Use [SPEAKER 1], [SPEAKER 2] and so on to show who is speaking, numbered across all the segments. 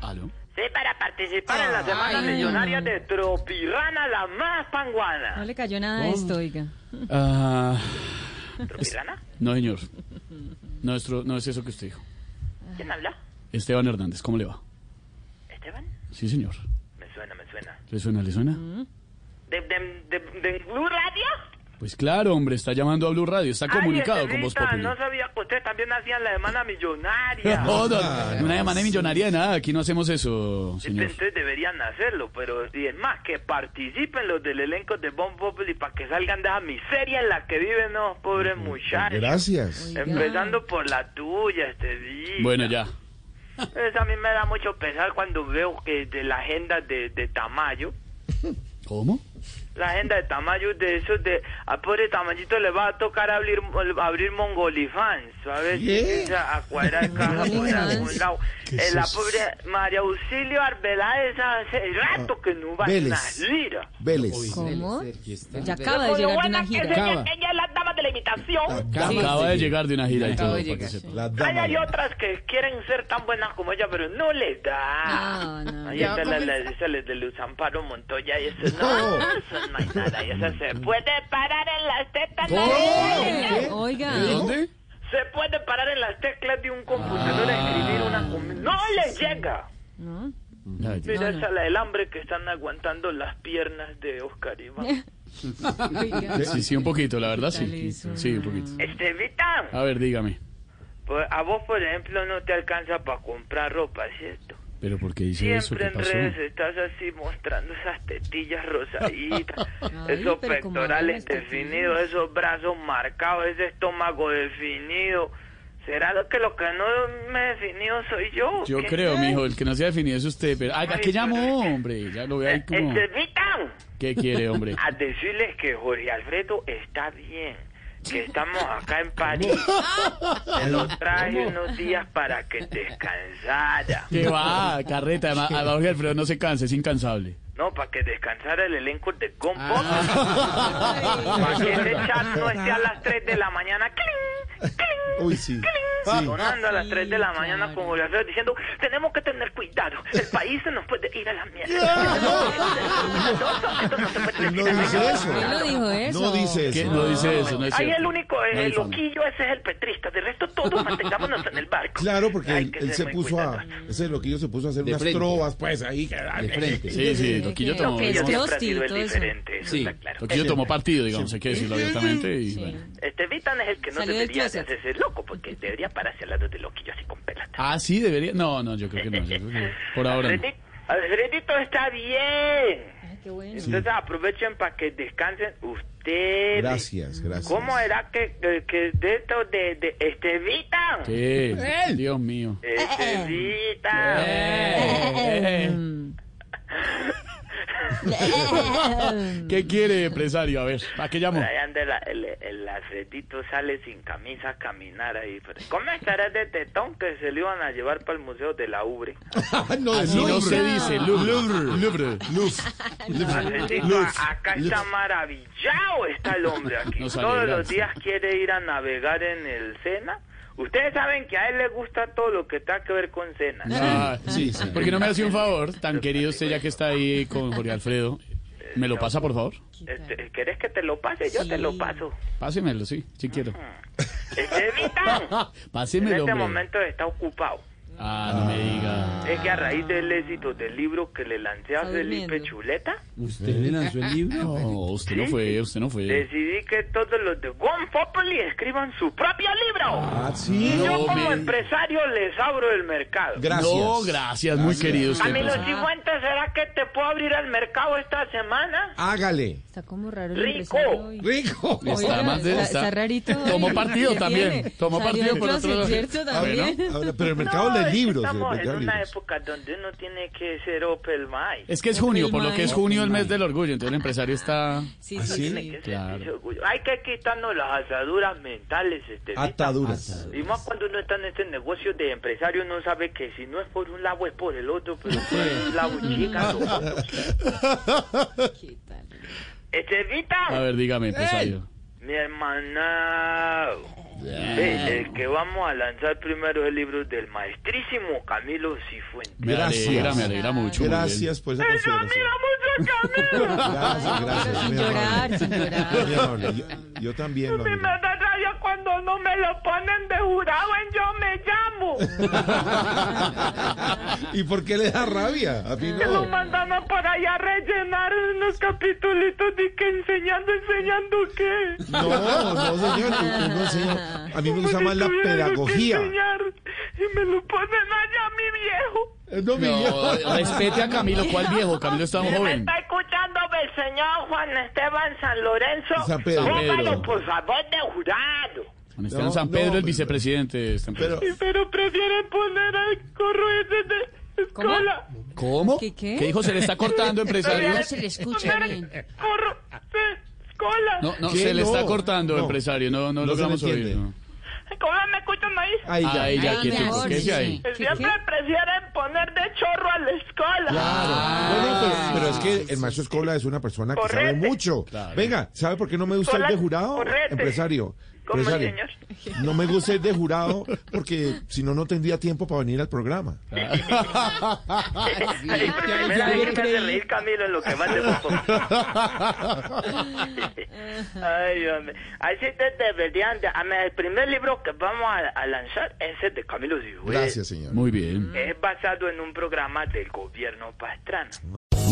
[SPEAKER 1] ¿Aló?
[SPEAKER 2] Sí, para participar en la semana millonaria de Tropirana, la más
[SPEAKER 3] No
[SPEAKER 2] panguana.
[SPEAKER 3] le cayó nada de esto, oiga.
[SPEAKER 1] Ah,
[SPEAKER 2] ¿Tropirana?
[SPEAKER 1] no, señor. Nuestro, no es eso que usted dijo.
[SPEAKER 2] ¿Quién habla?
[SPEAKER 1] Esteban Hernández, ¿cómo le va?
[SPEAKER 2] ¿Esteban?
[SPEAKER 1] Sí, señor.
[SPEAKER 2] Me suena, me suena.
[SPEAKER 1] ¿Le suena, le suena?
[SPEAKER 2] ¿De, de, de, de Blue Radio?
[SPEAKER 1] Pues claro, hombre, está llamando a Blue Radio, está comunicado
[SPEAKER 2] Ay,
[SPEAKER 1] con Voz
[SPEAKER 2] Esteban, No
[SPEAKER 1] Popular. Oh,
[SPEAKER 2] sabía que ustedes también hacían la semana millonaria.
[SPEAKER 1] No, no, no, una demanda millonaria de nada, aquí no hacemos eso,
[SPEAKER 2] Este
[SPEAKER 1] señor.
[SPEAKER 2] Entonces deberían hacerlo, pero y es más, que participen los del elenco de Bon Populi para que salgan de esa miseria en la que viven los pobres
[SPEAKER 1] Mm,
[SPEAKER 2] muchachos.
[SPEAKER 4] Gracias.
[SPEAKER 2] Empezando por la tuya, este día.
[SPEAKER 1] Bueno, ya.
[SPEAKER 2] Pues a mí me da mucho pesar cuando veo que de la agenda de, de Tamayo,
[SPEAKER 1] ¿Cómo?
[SPEAKER 2] la agenda de Tamayo de esos de, a pobre Tamayito le va a tocar abrir, abrir Mongolifans, ¿sabes?
[SPEAKER 4] ¿Qué?
[SPEAKER 2] O sea, a cuadrar caja por algún lado. Eh, la pobre María Auxilio Arbeláez hace rato que no va a
[SPEAKER 4] Ah, Vélez.
[SPEAKER 2] unas liras.
[SPEAKER 4] Vélez.
[SPEAKER 3] ¿Cómo? Ya acaba de llegar de una gira.
[SPEAKER 4] Acaba.
[SPEAKER 2] ella es la dama de la
[SPEAKER 4] Ah,
[SPEAKER 2] imitación.
[SPEAKER 1] Acaba de llegar de una gira y todo,
[SPEAKER 5] de
[SPEAKER 1] para que
[SPEAKER 5] llegar.
[SPEAKER 1] sepa.
[SPEAKER 4] La
[SPEAKER 2] Ay,
[SPEAKER 4] dama.
[SPEAKER 2] hay otras que quieren ser tan buenas como ella, pero no les da.
[SPEAKER 3] No, no.
[SPEAKER 2] Ahí
[SPEAKER 5] Ya
[SPEAKER 2] está la, la,
[SPEAKER 5] comenzó.
[SPEAKER 2] esa la de Luz Amparo Montoya y eso no, eso no hay nada. Y esa se puede parar en las tetas. de un niño.
[SPEAKER 3] Oiga.
[SPEAKER 1] ¿De dónde?
[SPEAKER 2] Se puede parar en las teclas de un computador a escribir una com- No les llega.
[SPEAKER 3] Ah, ¿No?
[SPEAKER 1] Ay, Dios.
[SPEAKER 2] Mira esa la del hambre que están aguantando las piernas de Oscar Iván.
[SPEAKER 3] Oiga.
[SPEAKER 1] Sí, sí, un poquito, la verdad, sí. Sí, un poquito.
[SPEAKER 2] Estevita,
[SPEAKER 1] A ver, dígame.
[SPEAKER 2] pues, a vos, por ejemplo, no te alcanza para comprar ropa, ¿cierto?
[SPEAKER 1] ¿Pero por qué dice eso?
[SPEAKER 2] Siempre
[SPEAKER 1] ¿Qué
[SPEAKER 2] en
[SPEAKER 1] pasó?
[SPEAKER 2] redes estás así mostrando esas tetillas rosaditas,
[SPEAKER 3] Ay,
[SPEAKER 2] esos
[SPEAKER 3] pero como
[SPEAKER 2] pectorales
[SPEAKER 3] hablas, Tatiana.
[SPEAKER 2] definidos, esos brazos marcados, ese estómago definido. ¿Será lo que lo que no me he definido soy yo?
[SPEAKER 1] Yo creo, mijo, el que no se ha definido es usted, pero... Ay, ¿A qué llamó, hombre? Ya lo veo
[SPEAKER 2] Eh,
[SPEAKER 1] ahí como...
[SPEAKER 2] Estevitan
[SPEAKER 1] ¿Qué quiere, hombre?
[SPEAKER 2] a decirles que Jorge Alfredo está bien, que estamos acá en París. Te lo traje unos días para que descansara.
[SPEAKER 1] ¿Qué va? Carreta, además, a Jorge Alfredo no se cansa, es incansable.
[SPEAKER 2] No, para que descansara el elenco de Compo.
[SPEAKER 1] Ah.
[SPEAKER 2] Ah. Oh. Para que ese chat no esté a las 3 de la mañana. ¡cling! ¡cling!
[SPEAKER 4] Uy, sí.
[SPEAKER 2] ¡cling! Sonando a las 3 de la mañana con Julio Alfredo diciendo, tenemos que tener cuidado, el país se nos puede ir a la mierda. Esto no se puede decir.
[SPEAKER 4] No dice
[SPEAKER 3] Él no
[SPEAKER 4] eso.
[SPEAKER 3] dijo eso.
[SPEAKER 4] No dice
[SPEAKER 1] ¿Qué?
[SPEAKER 4] eso.
[SPEAKER 1] No dice eso, no es
[SPEAKER 2] Ahí
[SPEAKER 1] cierto.
[SPEAKER 2] el único,
[SPEAKER 1] No
[SPEAKER 2] el
[SPEAKER 1] difame.
[SPEAKER 2] loquillo ese es el petrista, de resto todos mantengámonos en el barco.
[SPEAKER 4] Claro, porque
[SPEAKER 2] Hay
[SPEAKER 4] él,
[SPEAKER 2] que
[SPEAKER 4] él
[SPEAKER 2] ser
[SPEAKER 4] se
[SPEAKER 2] muy
[SPEAKER 4] puso a.
[SPEAKER 2] cuidadosos.
[SPEAKER 4] Ese loquillo se puso a hacer unas
[SPEAKER 5] frente.
[SPEAKER 4] trovas, pues ahí. que- ay,
[SPEAKER 1] Sí, sí, Loquillo tomó,
[SPEAKER 3] que-
[SPEAKER 2] Loquillo
[SPEAKER 3] es
[SPEAKER 2] siempre ha
[SPEAKER 3] hostil,
[SPEAKER 2] sido el
[SPEAKER 3] todo eso.
[SPEAKER 2] diferente, eso
[SPEAKER 5] Sí.
[SPEAKER 2] está claro.
[SPEAKER 1] Loquillo tomó partido, digamos, hay que decirlo abiertamente y bueno.
[SPEAKER 2] Este Vitan es el que no
[SPEAKER 3] Salió del
[SPEAKER 2] debería de
[SPEAKER 3] closet.
[SPEAKER 2] hacerse loco, porque debería pararse al lado de loquillo así con pelota.
[SPEAKER 1] Ah, sí, debería... No, no, yo creo que no, yo creo que por ahora no.
[SPEAKER 2] Alfredi- Alfredito está bien.
[SPEAKER 3] Ay, qué bueno.
[SPEAKER 2] Entonces aprovechen para que descansen ustedes.
[SPEAKER 4] Gracias, gracias.
[SPEAKER 2] ¿Cómo era que, que, que de esto de, de Estevita?
[SPEAKER 1] Sí, Dios mío.
[SPEAKER 2] Estevita. Eh,
[SPEAKER 1] Eh. ¿Qué quiere, empresario? A ver, ¿a qué llamo?
[SPEAKER 2] Por ahí anda la- el, el Alfredito sale sin camisa a caminar ahí. Pero ¿Cómo estarás de tetón que se lo iban a llevar para el Museo de la Ubre?
[SPEAKER 4] Ah, No,
[SPEAKER 1] Así no se dice, Louvre. Louvre.
[SPEAKER 2] Alfredito, acá está maravillado está el hombre aquí.
[SPEAKER 1] Nos
[SPEAKER 2] Todos
[SPEAKER 1] alegra,
[SPEAKER 2] los
[SPEAKER 1] sí.
[SPEAKER 2] días quiere ir a navegar en el Sena. Ustedes saben que a él le gusta todo lo que está que ver con Sena.
[SPEAKER 1] Ah,
[SPEAKER 4] Sí, sí.
[SPEAKER 1] Porque no me hace un favor, tan querido usted ya que está ahí con Jorge Alfredo. ¿Me lo pasa, por favor?
[SPEAKER 2] Este, ¿Querés que te lo pase? Yo te lo paso.
[SPEAKER 1] Pásemelo, sí, sí quiero.
[SPEAKER 2] Estevita, en
[SPEAKER 1] Pásemelo,
[SPEAKER 2] este
[SPEAKER 1] hombre.
[SPEAKER 2] momento está ocupado.
[SPEAKER 1] Ah, no me diga.
[SPEAKER 2] Es que a raíz del éxito del libro que le lancé a
[SPEAKER 3] Está durmiendo.
[SPEAKER 2] Felipe Chuleta,
[SPEAKER 5] ¿Usted le lanzó el libro?
[SPEAKER 1] No, usted no fue, usted no fue.
[SPEAKER 2] decidí que todos los de One Populi escriban su propio libro.
[SPEAKER 4] Ah, sí.
[SPEAKER 2] y yo
[SPEAKER 1] no
[SPEAKER 2] como
[SPEAKER 1] me-
[SPEAKER 2] empresario les abro el mercado.
[SPEAKER 4] Gracias.
[SPEAKER 1] No, gracias, muy querido usted.
[SPEAKER 2] Camilo
[SPEAKER 1] pues.
[SPEAKER 2] Cifuentes, ¿será que te puedo abrir el mercado esta semana?
[SPEAKER 4] Hágale.
[SPEAKER 3] Está como raro el
[SPEAKER 2] Rico.
[SPEAKER 3] empresario hoy.
[SPEAKER 4] Rico.
[SPEAKER 1] Está más de-
[SPEAKER 3] está,
[SPEAKER 1] está-
[SPEAKER 3] está rarito. hoy.
[SPEAKER 1] Tomó partido
[SPEAKER 3] ¿Qué
[SPEAKER 1] también,
[SPEAKER 3] tiene?
[SPEAKER 1] tomó
[SPEAKER 3] Salió
[SPEAKER 1] partido
[SPEAKER 3] del
[SPEAKER 1] por otro
[SPEAKER 3] closet,
[SPEAKER 1] lado.
[SPEAKER 3] ¿cierto?
[SPEAKER 1] Bueno.
[SPEAKER 3] También.
[SPEAKER 4] Ahora, pero el mercado
[SPEAKER 2] No,
[SPEAKER 4] de
[SPEAKER 2] es que
[SPEAKER 4] libros. el
[SPEAKER 2] Estamos en
[SPEAKER 4] mercado de
[SPEAKER 2] una
[SPEAKER 4] libros.
[SPEAKER 2] épocas donde uno tiene que ser open mind.
[SPEAKER 1] Es que es junio, por lo que es
[SPEAKER 3] May.
[SPEAKER 1] junio el mes del orgullo, entonces el empresario está...
[SPEAKER 3] Sí,
[SPEAKER 4] ¿Ah,
[SPEAKER 3] sí,
[SPEAKER 4] sí?
[SPEAKER 3] sí.
[SPEAKER 2] Que se
[SPEAKER 1] Claro.
[SPEAKER 2] dice orgullo. Hay que quitarnos las ataduras mentales. Este,
[SPEAKER 4] Ah, Ataduras.
[SPEAKER 2] y más cuando uno está en este negocio de empresario, uno sabe que si no es por un lado es por el otro, pero por un lado chica.
[SPEAKER 3] ¿Qué tal?
[SPEAKER 1] A
[SPEAKER 2] Estevita,
[SPEAKER 1] ver, dígame, empresario.
[SPEAKER 2] Este, mi hermana. Ve, el que vamos a lanzar primero es el libro del maestrísimo Camilo Cifuentes.
[SPEAKER 1] Me
[SPEAKER 4] Gracias.
[SPEAKER 1] alegra, me alegra mucho. muy bien.
[SPEAKER 4] Gracias por esa
[SPEAKER 2] ¡Eso,
[SPEAKER 4] consideración.
[SPEAKER 2] mira mucho Camilo!
[SPEAKER 4] Gracias, gracias.
[SPEAKER 3] Sin
[SPEAKER 4] muy amable.
[SPEAKER 3] llorar, sin
[SPEAKER 4] Muy
[SPEAKER 3] llorar.
[SPEAKER 4] amable. Yo, yo también lo
[SPEAKER 2] Y me
[SPEAKER 4] admiro.
[SPEAKER 2] da rabia cuando no me lo ponen de jurado en Yo Me Llamo.
[SPEAKER 4] ¿Y por qué le da rabia? A mí
[SPEAKER 2] Que lo
[SPEAKER 4] no.
[SPEAKER 2] mandaban para allá a rellenar unos capitulitos de que enseñando, enseñando qué.
[SPEAKER 4] No, no, señor. no, no, señor. A mí me gusta
[SPEAKER 2] Como
[SPEAKER 4] más
[SPEAKER 2] si
[SPEAKER 4] la
[SPEAKER 2] tuviera algo que
[SPEAKER 4] pedagogía.
[SPEAKER 2] enseñar. y me lo ponen allá, mi viejo.
[SPEAKER 4] Eh, No, mi
[SPEAKER 1] No, respete a Camilo, ¿cuál viejo? Camilo está un joven.
[SPEAKER 2] Está escuchándome el señor Juan Esteban San Lorenzo.
[SPEAKER 4] San Pedro.
[SPEAKER 1] San Pedro.
[SPEAKER 2] Póngalo, por favor, de jurado.
[SPEAKER 1] Está en
[SPEAKER 4] No,
[SPEAKER 1] San
[SPEAKER 4] no,
[SPEAKER 1] Pedro, el
[SPEAKER 4] pero-
[SPEAKER 1] vicepresidente. está en
[SPEAKER 4] Pero,
[SPEAKER 1] presa.
[SPEAKER 2] Pero prefieren poner al corro ese de
[SPEAKER 3] ¿Cómo?
[SPEAKER 2] escuela.
[SPEAKER 1] ¿Cómo?
[SPEAKER 3] ¿Qué, qué?
[SPEAKER 1] dijo? Se le está cortando, empresario.
[SPEAKER 3] No se le escucha bien.
[SPEAKER 2] Corro de escuela.
[SPEAKER 1] No, no,
[SPEAKER 4] ¿Qué?
[SPEAKER 1] se le está
[SPEAKER 4] No,
[SPEAKER 1] cortando,
[SPEAKER 4] no.
[SPEAKER 1] empresario. No, no,
[SPEAKER 4] No se le
[SPEAKER 1] logramos oír.
[SPEAKER 4] entiende.
[SPEAKER 1] ¿no?
[SPEAKER 2] ¿Cómo me escuchan ahí?
[SPEAKER 4] ahí ya.
[SPEAKER 1] Ahí ya,
[SPEAKER 3] Ah,
[SPEAKER 1] quieto.
[SPEAKER 3] mejor,
[SPEAKER 1] ¿Qué
[SPEAKER 3] sí,
[SPEAKER 1] es ahí?
[SPEAKER 3] sí. ¿Qué,
[SPEAKER 2] Siempre
[SPEAKER 3] qué?
[SPEAKER 2] prefieren poner de chorro a la escuela.
[SPEAKER 4] Bueno, pero, pero es que el maestro Escola es una persona que sabe
[SPEAKER 2] Ah. Correte.
[SPEAKER 4] mucho. Venga, ¿sabe por qué no me gusta el de
[SPEAKER 2] Correte,
[SPEAKER 4] jurado?
[SPEAKER 2] correte.
[SPEAKER 4] Empresario.
[SPEAKER 2] ¿Cómo,
[SPEAKER 4] empresario. No me gusta el de jurado porque si no, no tendría tiempo para venir al programa.
[SPEAKER 2] Ay, pero primera vez que me hace reír Camilo en lo que más de Ay, hombre. Así te deberían de... a mí, El primer libro que vamos a, a lanzar es el de Camilo Cifuentes.
[SPEAKER 4] Gracias, señor.
[SPEAKER 1] Muy bien.
[SPEAKER 2] Es basado en un programa del gobierno pastrano.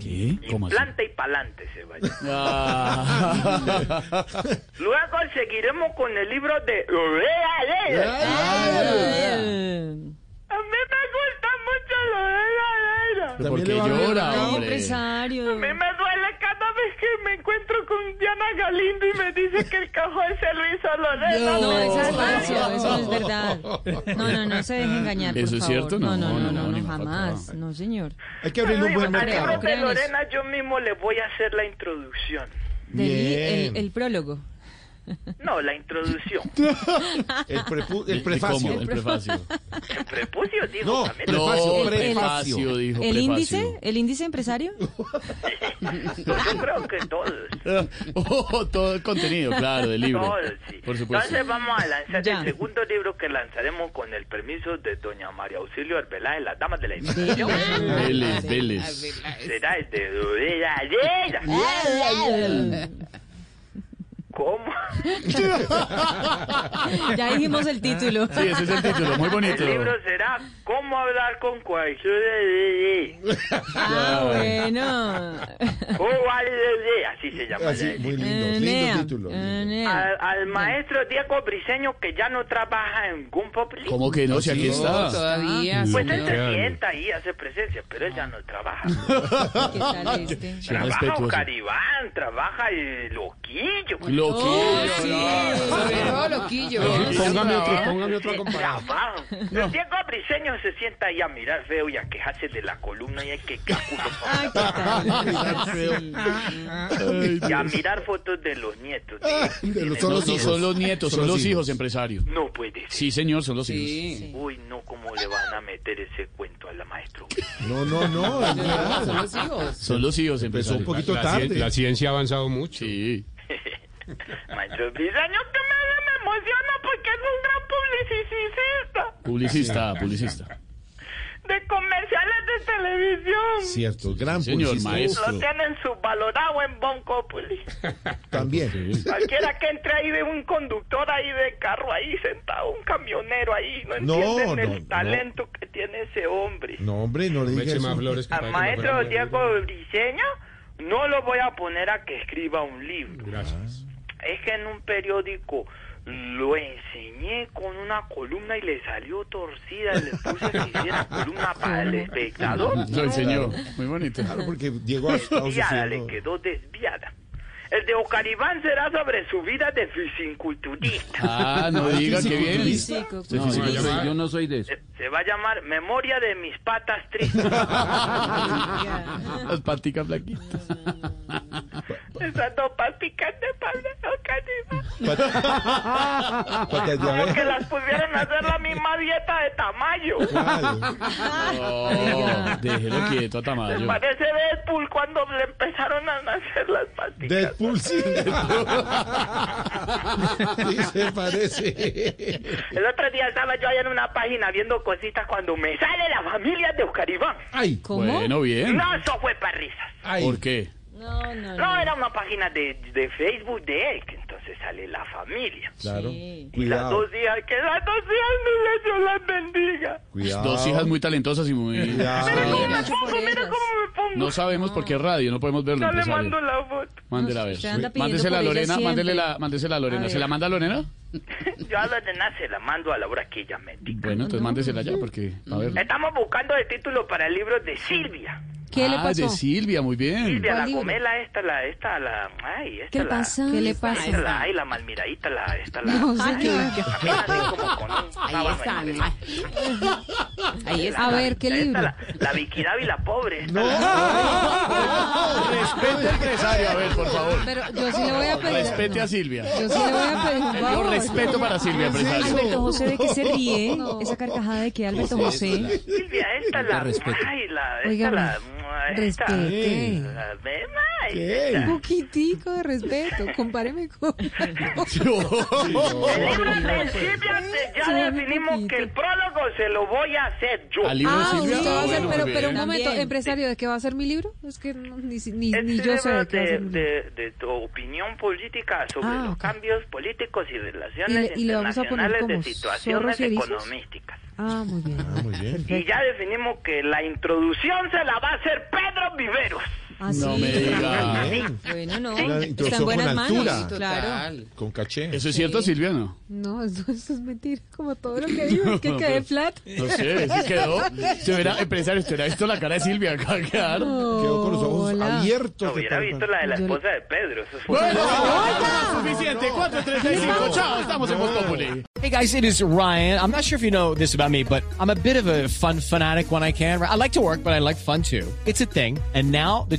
[SPEAKER 1] ¿Qué? ¿Cómo así?
[SPEAKER 2] Planta y pa'lante se vaya.
[SPEAKER 1] Ah,
[SPEAKER 2] Luego seguiremos con el libro de Lorea Leyes. A mí me gusta mucho Lorea Leyes.
[SPEAKER 1] ¿Por
[SPEAKER 4] También
[SPEAKER 1] qué
[SPEAKER 4] le va a ver
[SPEAKER 1] llora,
[SPEAKER 4] acá.
[SPEAKER 1] hombre?
[SPEAKER 3] Empresario.
[SPEAKER 2] A mí me duele cada vez que me encuentro con Diana Galindo y me dice que el cajón se lo hizo Lorena.
[SPEAKER 3] No, eso es falso, eso no es verdad. No, no, no se deje engañar, por
[SPEAKER 1] ¿Eso es
[SPEAKER 3] favor.
[SPEAKER 1] cierto?
[SPEAKER 3] No, no, no,
[SPEAKER 1] ni
[SPEAKER 3] no, no,
[SPEAKER 1] me
[SPEAKER 3] jamás.
[SPEAKER 1] faltaba.
[SPEAKER 3] No, señor.
[SPEAKER 4] Hay que abrir un buen
[SPEAKER 3] Bueno, creo.
[SPEAKER 4] mercado.
[SPEAKER 2] de Lorena yo mismo le voy a hacer la introducción.
[SPEAKER 3] Del-
[SPEAKER 4] Bien.
[SPEAKER 3] el, el prólogo.
[SPEAKER 2] No, la introducción.
[SPEAKER 4] El, prepu- el
[SPEAKER 1] ¿Y
[SPEAKER 4] prefacio.
[SPEAKER 1] cómo? El prefacio.
[SPEAKER 2] El prepucio, digo.
[SPEAKER 4] No,
[SPEAKER 2] también.
[SPEAKER 4] prefacio,
[SPEAKER 1] No,
[SPEAKER 4] prefacio.
[SPEAKER 1] prefacio, dijo.
[SPEAKER 3] ¿El índice?
[SPEAKER 1] prefacio.
[SPEAKER 3] ¿El índice empresario?
[SPEAKER 2] Yo creo que todos.
[SPEAKER 1] Oh, todo el contenido, claro, del libro.
[SPEAKER 2] Todos, sí.
[SPEAKER 1] Por supuesto.
[SPEAKER 2] Entonces vamos a lanzar
[SPEAKER 3] Ya.
[SPEAKER 2] el segundo libro que lanzaremos con el permiso de doña María Auxilio Arbeláez, las damas de la información.
[SPEAKER 6] Ah,
[SPEAKER 1] Vélez, Vélez.
[SPEAKER 2] Será el de Lorena
[SPEAKER 3] ¿Eh?
[SPEAKER 2] Leyes. ¿Cómo?
[SPEAKER 3] Ya dijimos el título.
[SPEAKER 1] Sí, ese es el título, muy bonito.
[SPEAKER 2] El libro será ¿Cómo hablar con cualquier
[SPEAKER 3] Ah, bueno.
[SPEAKER 2] Cualquier Así se llama.
[SPEAKER 4] Así, Ah, muy lindo.
[SPEAKER 3] Nea, Ah,
[SPEAKER 4] Lindo título.
[SPEAKER 3] Eh.
[SPEAKER 4] lindo.
[SPEAKER 3] nea.
[SPEAKER 2] Al, al maestro Diego Briseño que ya no trabaja en ningún public.
[SPEAKER 1] ¿Cómo que no? Si aquí está.
[SPEAKER 3] Todavía.
[SPEAKER 2] Pues él se sienta ahí, hace presencia, pero él ya no trabaja.
[SPEAKER 3] ¿Qué tal este?
[SPEAKER 1] Qué
[SPEAKER 2] trabaja
[SPEAKER 1] respetuoso.
[SPEAKER 2] Caribán, trabaja el Loquillo.
[SPEAKER 1] Loquillo.
[SPEAKER 5] Póngame otro, póngame otro comparado.
[SPEAKER 2] Trabaja. El Diego Briseño se sienta ahí a mirar feo y a quejarse de la columna y a que
[SPEAKER 3] Ay, Ah, ¿qué tal?
[SPEAKER 2] y a mirar fotos de los nietos. de-
[SPEAKER 4] De los-
[SPEAKER 2] de-
[SPEAKER 4] son
[SPEAKER 1] No,
[SPEAKER 4] los
[SPEAKER 1] no
[SPEAKER 4] hijos.
[SPEAKER 1] son los nietos, son los hijos, empresario.
[SPEAKER 2] No puede ser.
[SPEAKER 1] Sí, señor, son los hijos.
[SPEAKER 2] Uy, no, ¿cómo le van a meter ese cuento a la maestro?
[SPEAKER 4] No, no, no. es verdad.
[SPEAKER 1] Son los hijos,
[SPEAKER 4] Empezó
[SPEAKER 1] empresario.
[SPEAKER 4] un poquito
[SPEAKER 5] La, cien- la
[SPEAKER 4] tarde.
[SPEAKER 5] ciencia ha avanzado mucho.
[SPEAKER 1] Sí.
[SPEAKER 2] maestro Briseño, que me, me emociona porque es un gran publicista.
[SPEAKER 1] Publicista, publicista.
[SPEAKER 2] De
[SPEAKER 7] de comerciales de televisión.
[SPEAKER 4] Cierto, gran
[SPEAKER 1] señor,
[SPEAKER 4] publicista.
[SPEAKER 7] Lo tienen subvalorado en Boncopolis.
[SPEAKER 4] También.
[SPEAKER 7] Cualquiera que entre ahí de un conductor ahí de carro ahí sentado, un camionero ahí, no
[SPEAKER 4] No,
[SPEAKER 7] entienden
[SPEAKER 4] no,
[SPEAKER 7] el
[SPEAKER 4] no.
[SPEAKER 7] talento que tiene ese hombre.
[SPEAKER 4] No, hombre, no le
[SPEAKER 5] Me
[SPEAKER 4] digas
[SPEAKER 5] eche más
[SPEAKER 4] eso.
[SPEAKER 5] flores que
[SPEAKER 7] Al maestro Diego Briseño no lo voy a poner a que escriba un libro.
[SPEAKER 5] Gracias.
[SPEAKER 7] Es que en un periódico lo enseñé con una columna y le salió torcida, le puse que hiciera columna para el espectador.
[SPEAKER 1] Lo enseñó. Muy bonito.
[SPEAKER 4] Claro, porque Diego ha estado
[SPEAKER 7] desviada, le
[SPEAKER 4] sufriendo.
[SPEAKER 7] quedó desviada. El de Ocaribán será sobre su vida de fisiculturista.
[SPEAKER 1] Ah, no
[SPEAKER 4] Ah,
[SPEAKER 1] diga que bien.
[SPEAKER 4] fisiculturista.
[SPEAKER 1] Se
[SPEAKER 6] No, yo, no
[SPEAKER 1] fisiculturista.
[SPEAKER 6] soy, yo no soy de eso.
[SPEAKER 7] Se va a llamar Memoria de mis patas tristes.
[SPEAKER 1] Las paticas blanquitas.
[SPEAKER 7] Esas dos paticas de Pablo Ocaribán.
[SPEAKER 4] Patas de
[SPEAKER 7] Como que
[SPEAKER 4] abeja.
[SPEAKER 7] las pudieran hacer la misma dieta de Tamayo.
[SPEAKER 4] Claro.
[SPEAKER 1] Oh, déjelo quieto a Tamayo.
[SPEAKER 7] Parece Deadpool cuando le empezaron a nacer las paticas.
[SPEAKER 4] Deadpool sí. Sí, se parece.
[SPEAKER 7] El otro día estaba yo allá en una página viendo cositas cuando me sale la familia de Oscar Iván.
[SPEAKER 4] Ay,
[SPEAKER 3] ¿Cómo?
[SPEAKER 1] Bueno, bien.
[SPEAKER 7] No, eso fue para risas.
[SPEAKER 4] ay.
[SPEAKER 1] ¿Por qué?
[SPEAKER 3] No, no,
[SPEAKER 7] No, era una página de, de Facebook de él, que entonces sale la familia.
[SPEAKER 4] Claro.
[SPEAKER 3] Sí.
[SPEAKER 7] Y las
[SPEAKER 4] Cuidado.
[SPEAKER 7] dos hijas, que las dos hijas mías Dios las bendiga.
[SPEAKER 4] Cuidado.
[SPEAKER 1] Dos hijas muy talentosas y muy...
[SPEAKER 4] Cuidado.
[SPEAKER 7] Mira cómo me
[SPEAKER 3] Mucho por
[SPEAKER 7] pongo, mira
[SPEAKER 3] ellas.
[SPEAKER 7] cómo me pongo.
[SPEAKER 1] No sabemos por qué es radio, no podemos verlo.
[SPEAKER 7] Ya le
[SPEAKER 1] entonces, a ver.
[SPEAKER 7] mando la foto.
[SPEAKER 1] Mándela a ver.
[SPEAKER 3] Usted anda pidiendo
[SPEAKER 1] Mándesela a
[SPEAKER 3] por ella
[SPEAKER 1] Lorena,
[SPEAKER 3] siempre.
[SPEAKER 1] mándesela, mándesela a
[SPEAKER 3] A
[SPEAKER 1] Lorena.
[SPEAKER 3] ver.
[SPEAKER 1] ¿Se la manda a Lorena?
[SPEAKER 7] Yo a la nena se la mando a la hora que ella me diga.
[SPEAKER 1] Bueno, entonces mándesela ya porque a ver.
[SPEAKER 7] Estamos buscando el título para el libro de Silvia.
[SPEAKER 3] ¿Qué le
[SPEAKER 1] ah,
[SPEAKER 3] pasó?
[SPEAKER 1] de Silvia, muy bien.
[SPEAKER 7] Silvia, la
[SPEAKER 3] libro?
[SPEAKER 7] gomela esta, la, esta, la, ay, esta,
[SPEAKER 3] ¿Qué le
[SPEAKER 7] la-
[SPEAKER 3] pasa? ¿Qué le pasa?
[SPEAKER 7] Ay, la, ay, la malmiradita, la, esta, la,
[SPEAKER 3] No,
[SPEAKER 7] ay,
[SPEAKER 3] señor.
[SPEAKER 7] apenas así como con un
[SPEAKER 6] Ahí
[SPEAKER 7] sábado
[SPEAKER 6] está.
[SPEAKER 7] entre-
[SPEAKER 6] Ahí está.
[SPEAKER 3] A ver, ¿qué
[SPEAKER 7] Esta,
[SPEAKER 3] libro?
[SPEAKER 7] La, la Vicky Dávila, pobre. esta,
[SPEAKER 4] No.
[SPEAKER 7] la-
[SPEAKER 1] Respete al empresario, a ver, por favor.
[SPEAKER 3] Pero yo sí le voy a pedir...
[SPEAKER 1] Respete a Silvia.
[SPEAKER 3] Yo sí le voy a pedir un
[SPEAKER 1] Yo
[SPEAKER 3] favor.
[SPEAKER 1] respeto para Silvia, empresario.
[SPEAKER 4] Alberto
[SPEAKER 6] José ve que se ríe.
[SPEAKER 3] Esa carcajada de que Alberto José...
[SPEAKER 7] Silvia, esta, la, ay, la, esta,
[SPEAKER 3] Oiga,
[SPEAKER 7] la, esta,
[SPEAKER 3] respete.
[SPEAKER 7] la, ven, ay,
[SPEAKER 4] ¿Qué?
[SPEAKER 3] Un poquitico de respeto, compáreme con...
[SPEAKER 7] El libro de Silvia, te- ya
[SPEAKER 3] Sube un
[SPEAKER 7] definimos
[SPEAKER 3] poquito.
[SPEAKER 7] que el prólogo se lo voy a hacer yo.
[SPEAKER 1] Al libro de
[SPEAKER 3] Ah,
[SPEAKER 1] Silvia.
[SPEAKER 3] usted va a
[SPEAKER 1] Ah,
[SPEAKER 3] hacer,
[SPEAKER 1] bueno,
[SPEAKER 3] pero,
[SPEAKER 1] muy
[SPEAKER 3] pero un
[SPEAKER 1] bien.
[SPEAKER 3] momento, empresario, ¿de qué va a ser mi libro? Es que no- ni, si- ni, ni
[SPEAKER 7] Este
[SPEAKER 3] yo sé de
[SPEAKER 7] libro
[SPEAKER 3] qué va a
[SPEAKER 7] de,
[SPEAKER 3] ser mi libro.
[SPEAKER 7] de- de tu opinión política sobre
[SPEAKER 3] Ah,
[SPEAKER 7] los
[SPEAKER 3] ok.
[SPEAKER 7] cambios políticos y
[SPEAKER 3] Y
[SPEAKER 7] relaciones
[SPEAKER 3] le- y le vamos a poner
[SPEAKER 7] internacionales de
[SPEAKER 3] como
[SPEAKER 7] situaciones
[SPEAKER 3] zorros y erizos.
[SPEAKER 7] economísticas.
[SPEAKER 3] Ah, muy bien.
[SPEAKER 4] Ah, muy bien.
[SPEAKER 7] Y ya definimos que la introducción se la va a hacer Pedro Viveros.
[SPEAKER 3] Ah,
[SPEAKER 1] No
[SPEAKER 3] sí.
[SPEAKER 1] me diga.
[SPEAKER 4] Bien.
[SPEAKER 3] Bueno, no.
[SPEAKER 4] Una
[SPEAKER 3] Está
[SPEAKER 4] introducción
[SPEAKER 3] en
[SPEAKER 4] con
[SPEAKER 3] buenas manos.
[SPEAKER 4] altura.
[SPEAKER 3] Claro.
[SPEAKER 4] Con caché.
[SPEAKER 1] ¿Eso es cierto, Silvia? No,
[SPEAKER 3] No, eso, eso es mentira. Como todo lo que digo, es que quedé flat.
[SPEAKER 1] no sé, se quedó. Se verá, empresario, usted hubiera visto la cara de Silvia acá, claro.
[SPEAKER 4] Quedó con los ojos
[SPEAKER 3] Hola.
[SPEAKER 4] abiertos.
[SPEAKER 7] No
[SPEAKER 4] de
[SPEAKER 7] hubiera
[SPEAKER 4] tal-
[SPEAKER 7] visto la de la
[SPEAKER 3] Yo-
[SPEAKER 7] esposa de Pedro. Eso fue
[SPEAKER 1] Bueno, señor, suficiente. 4, 3, 6, 5, chao, estamos en Voz Populi.
[SPEAKER 8] Hey guys, it is Ryan. I'm not sure if you know this about me, but I'm a bit of a fun fanatic when I can. I like to work, but I like fun too. It's a thing. And now the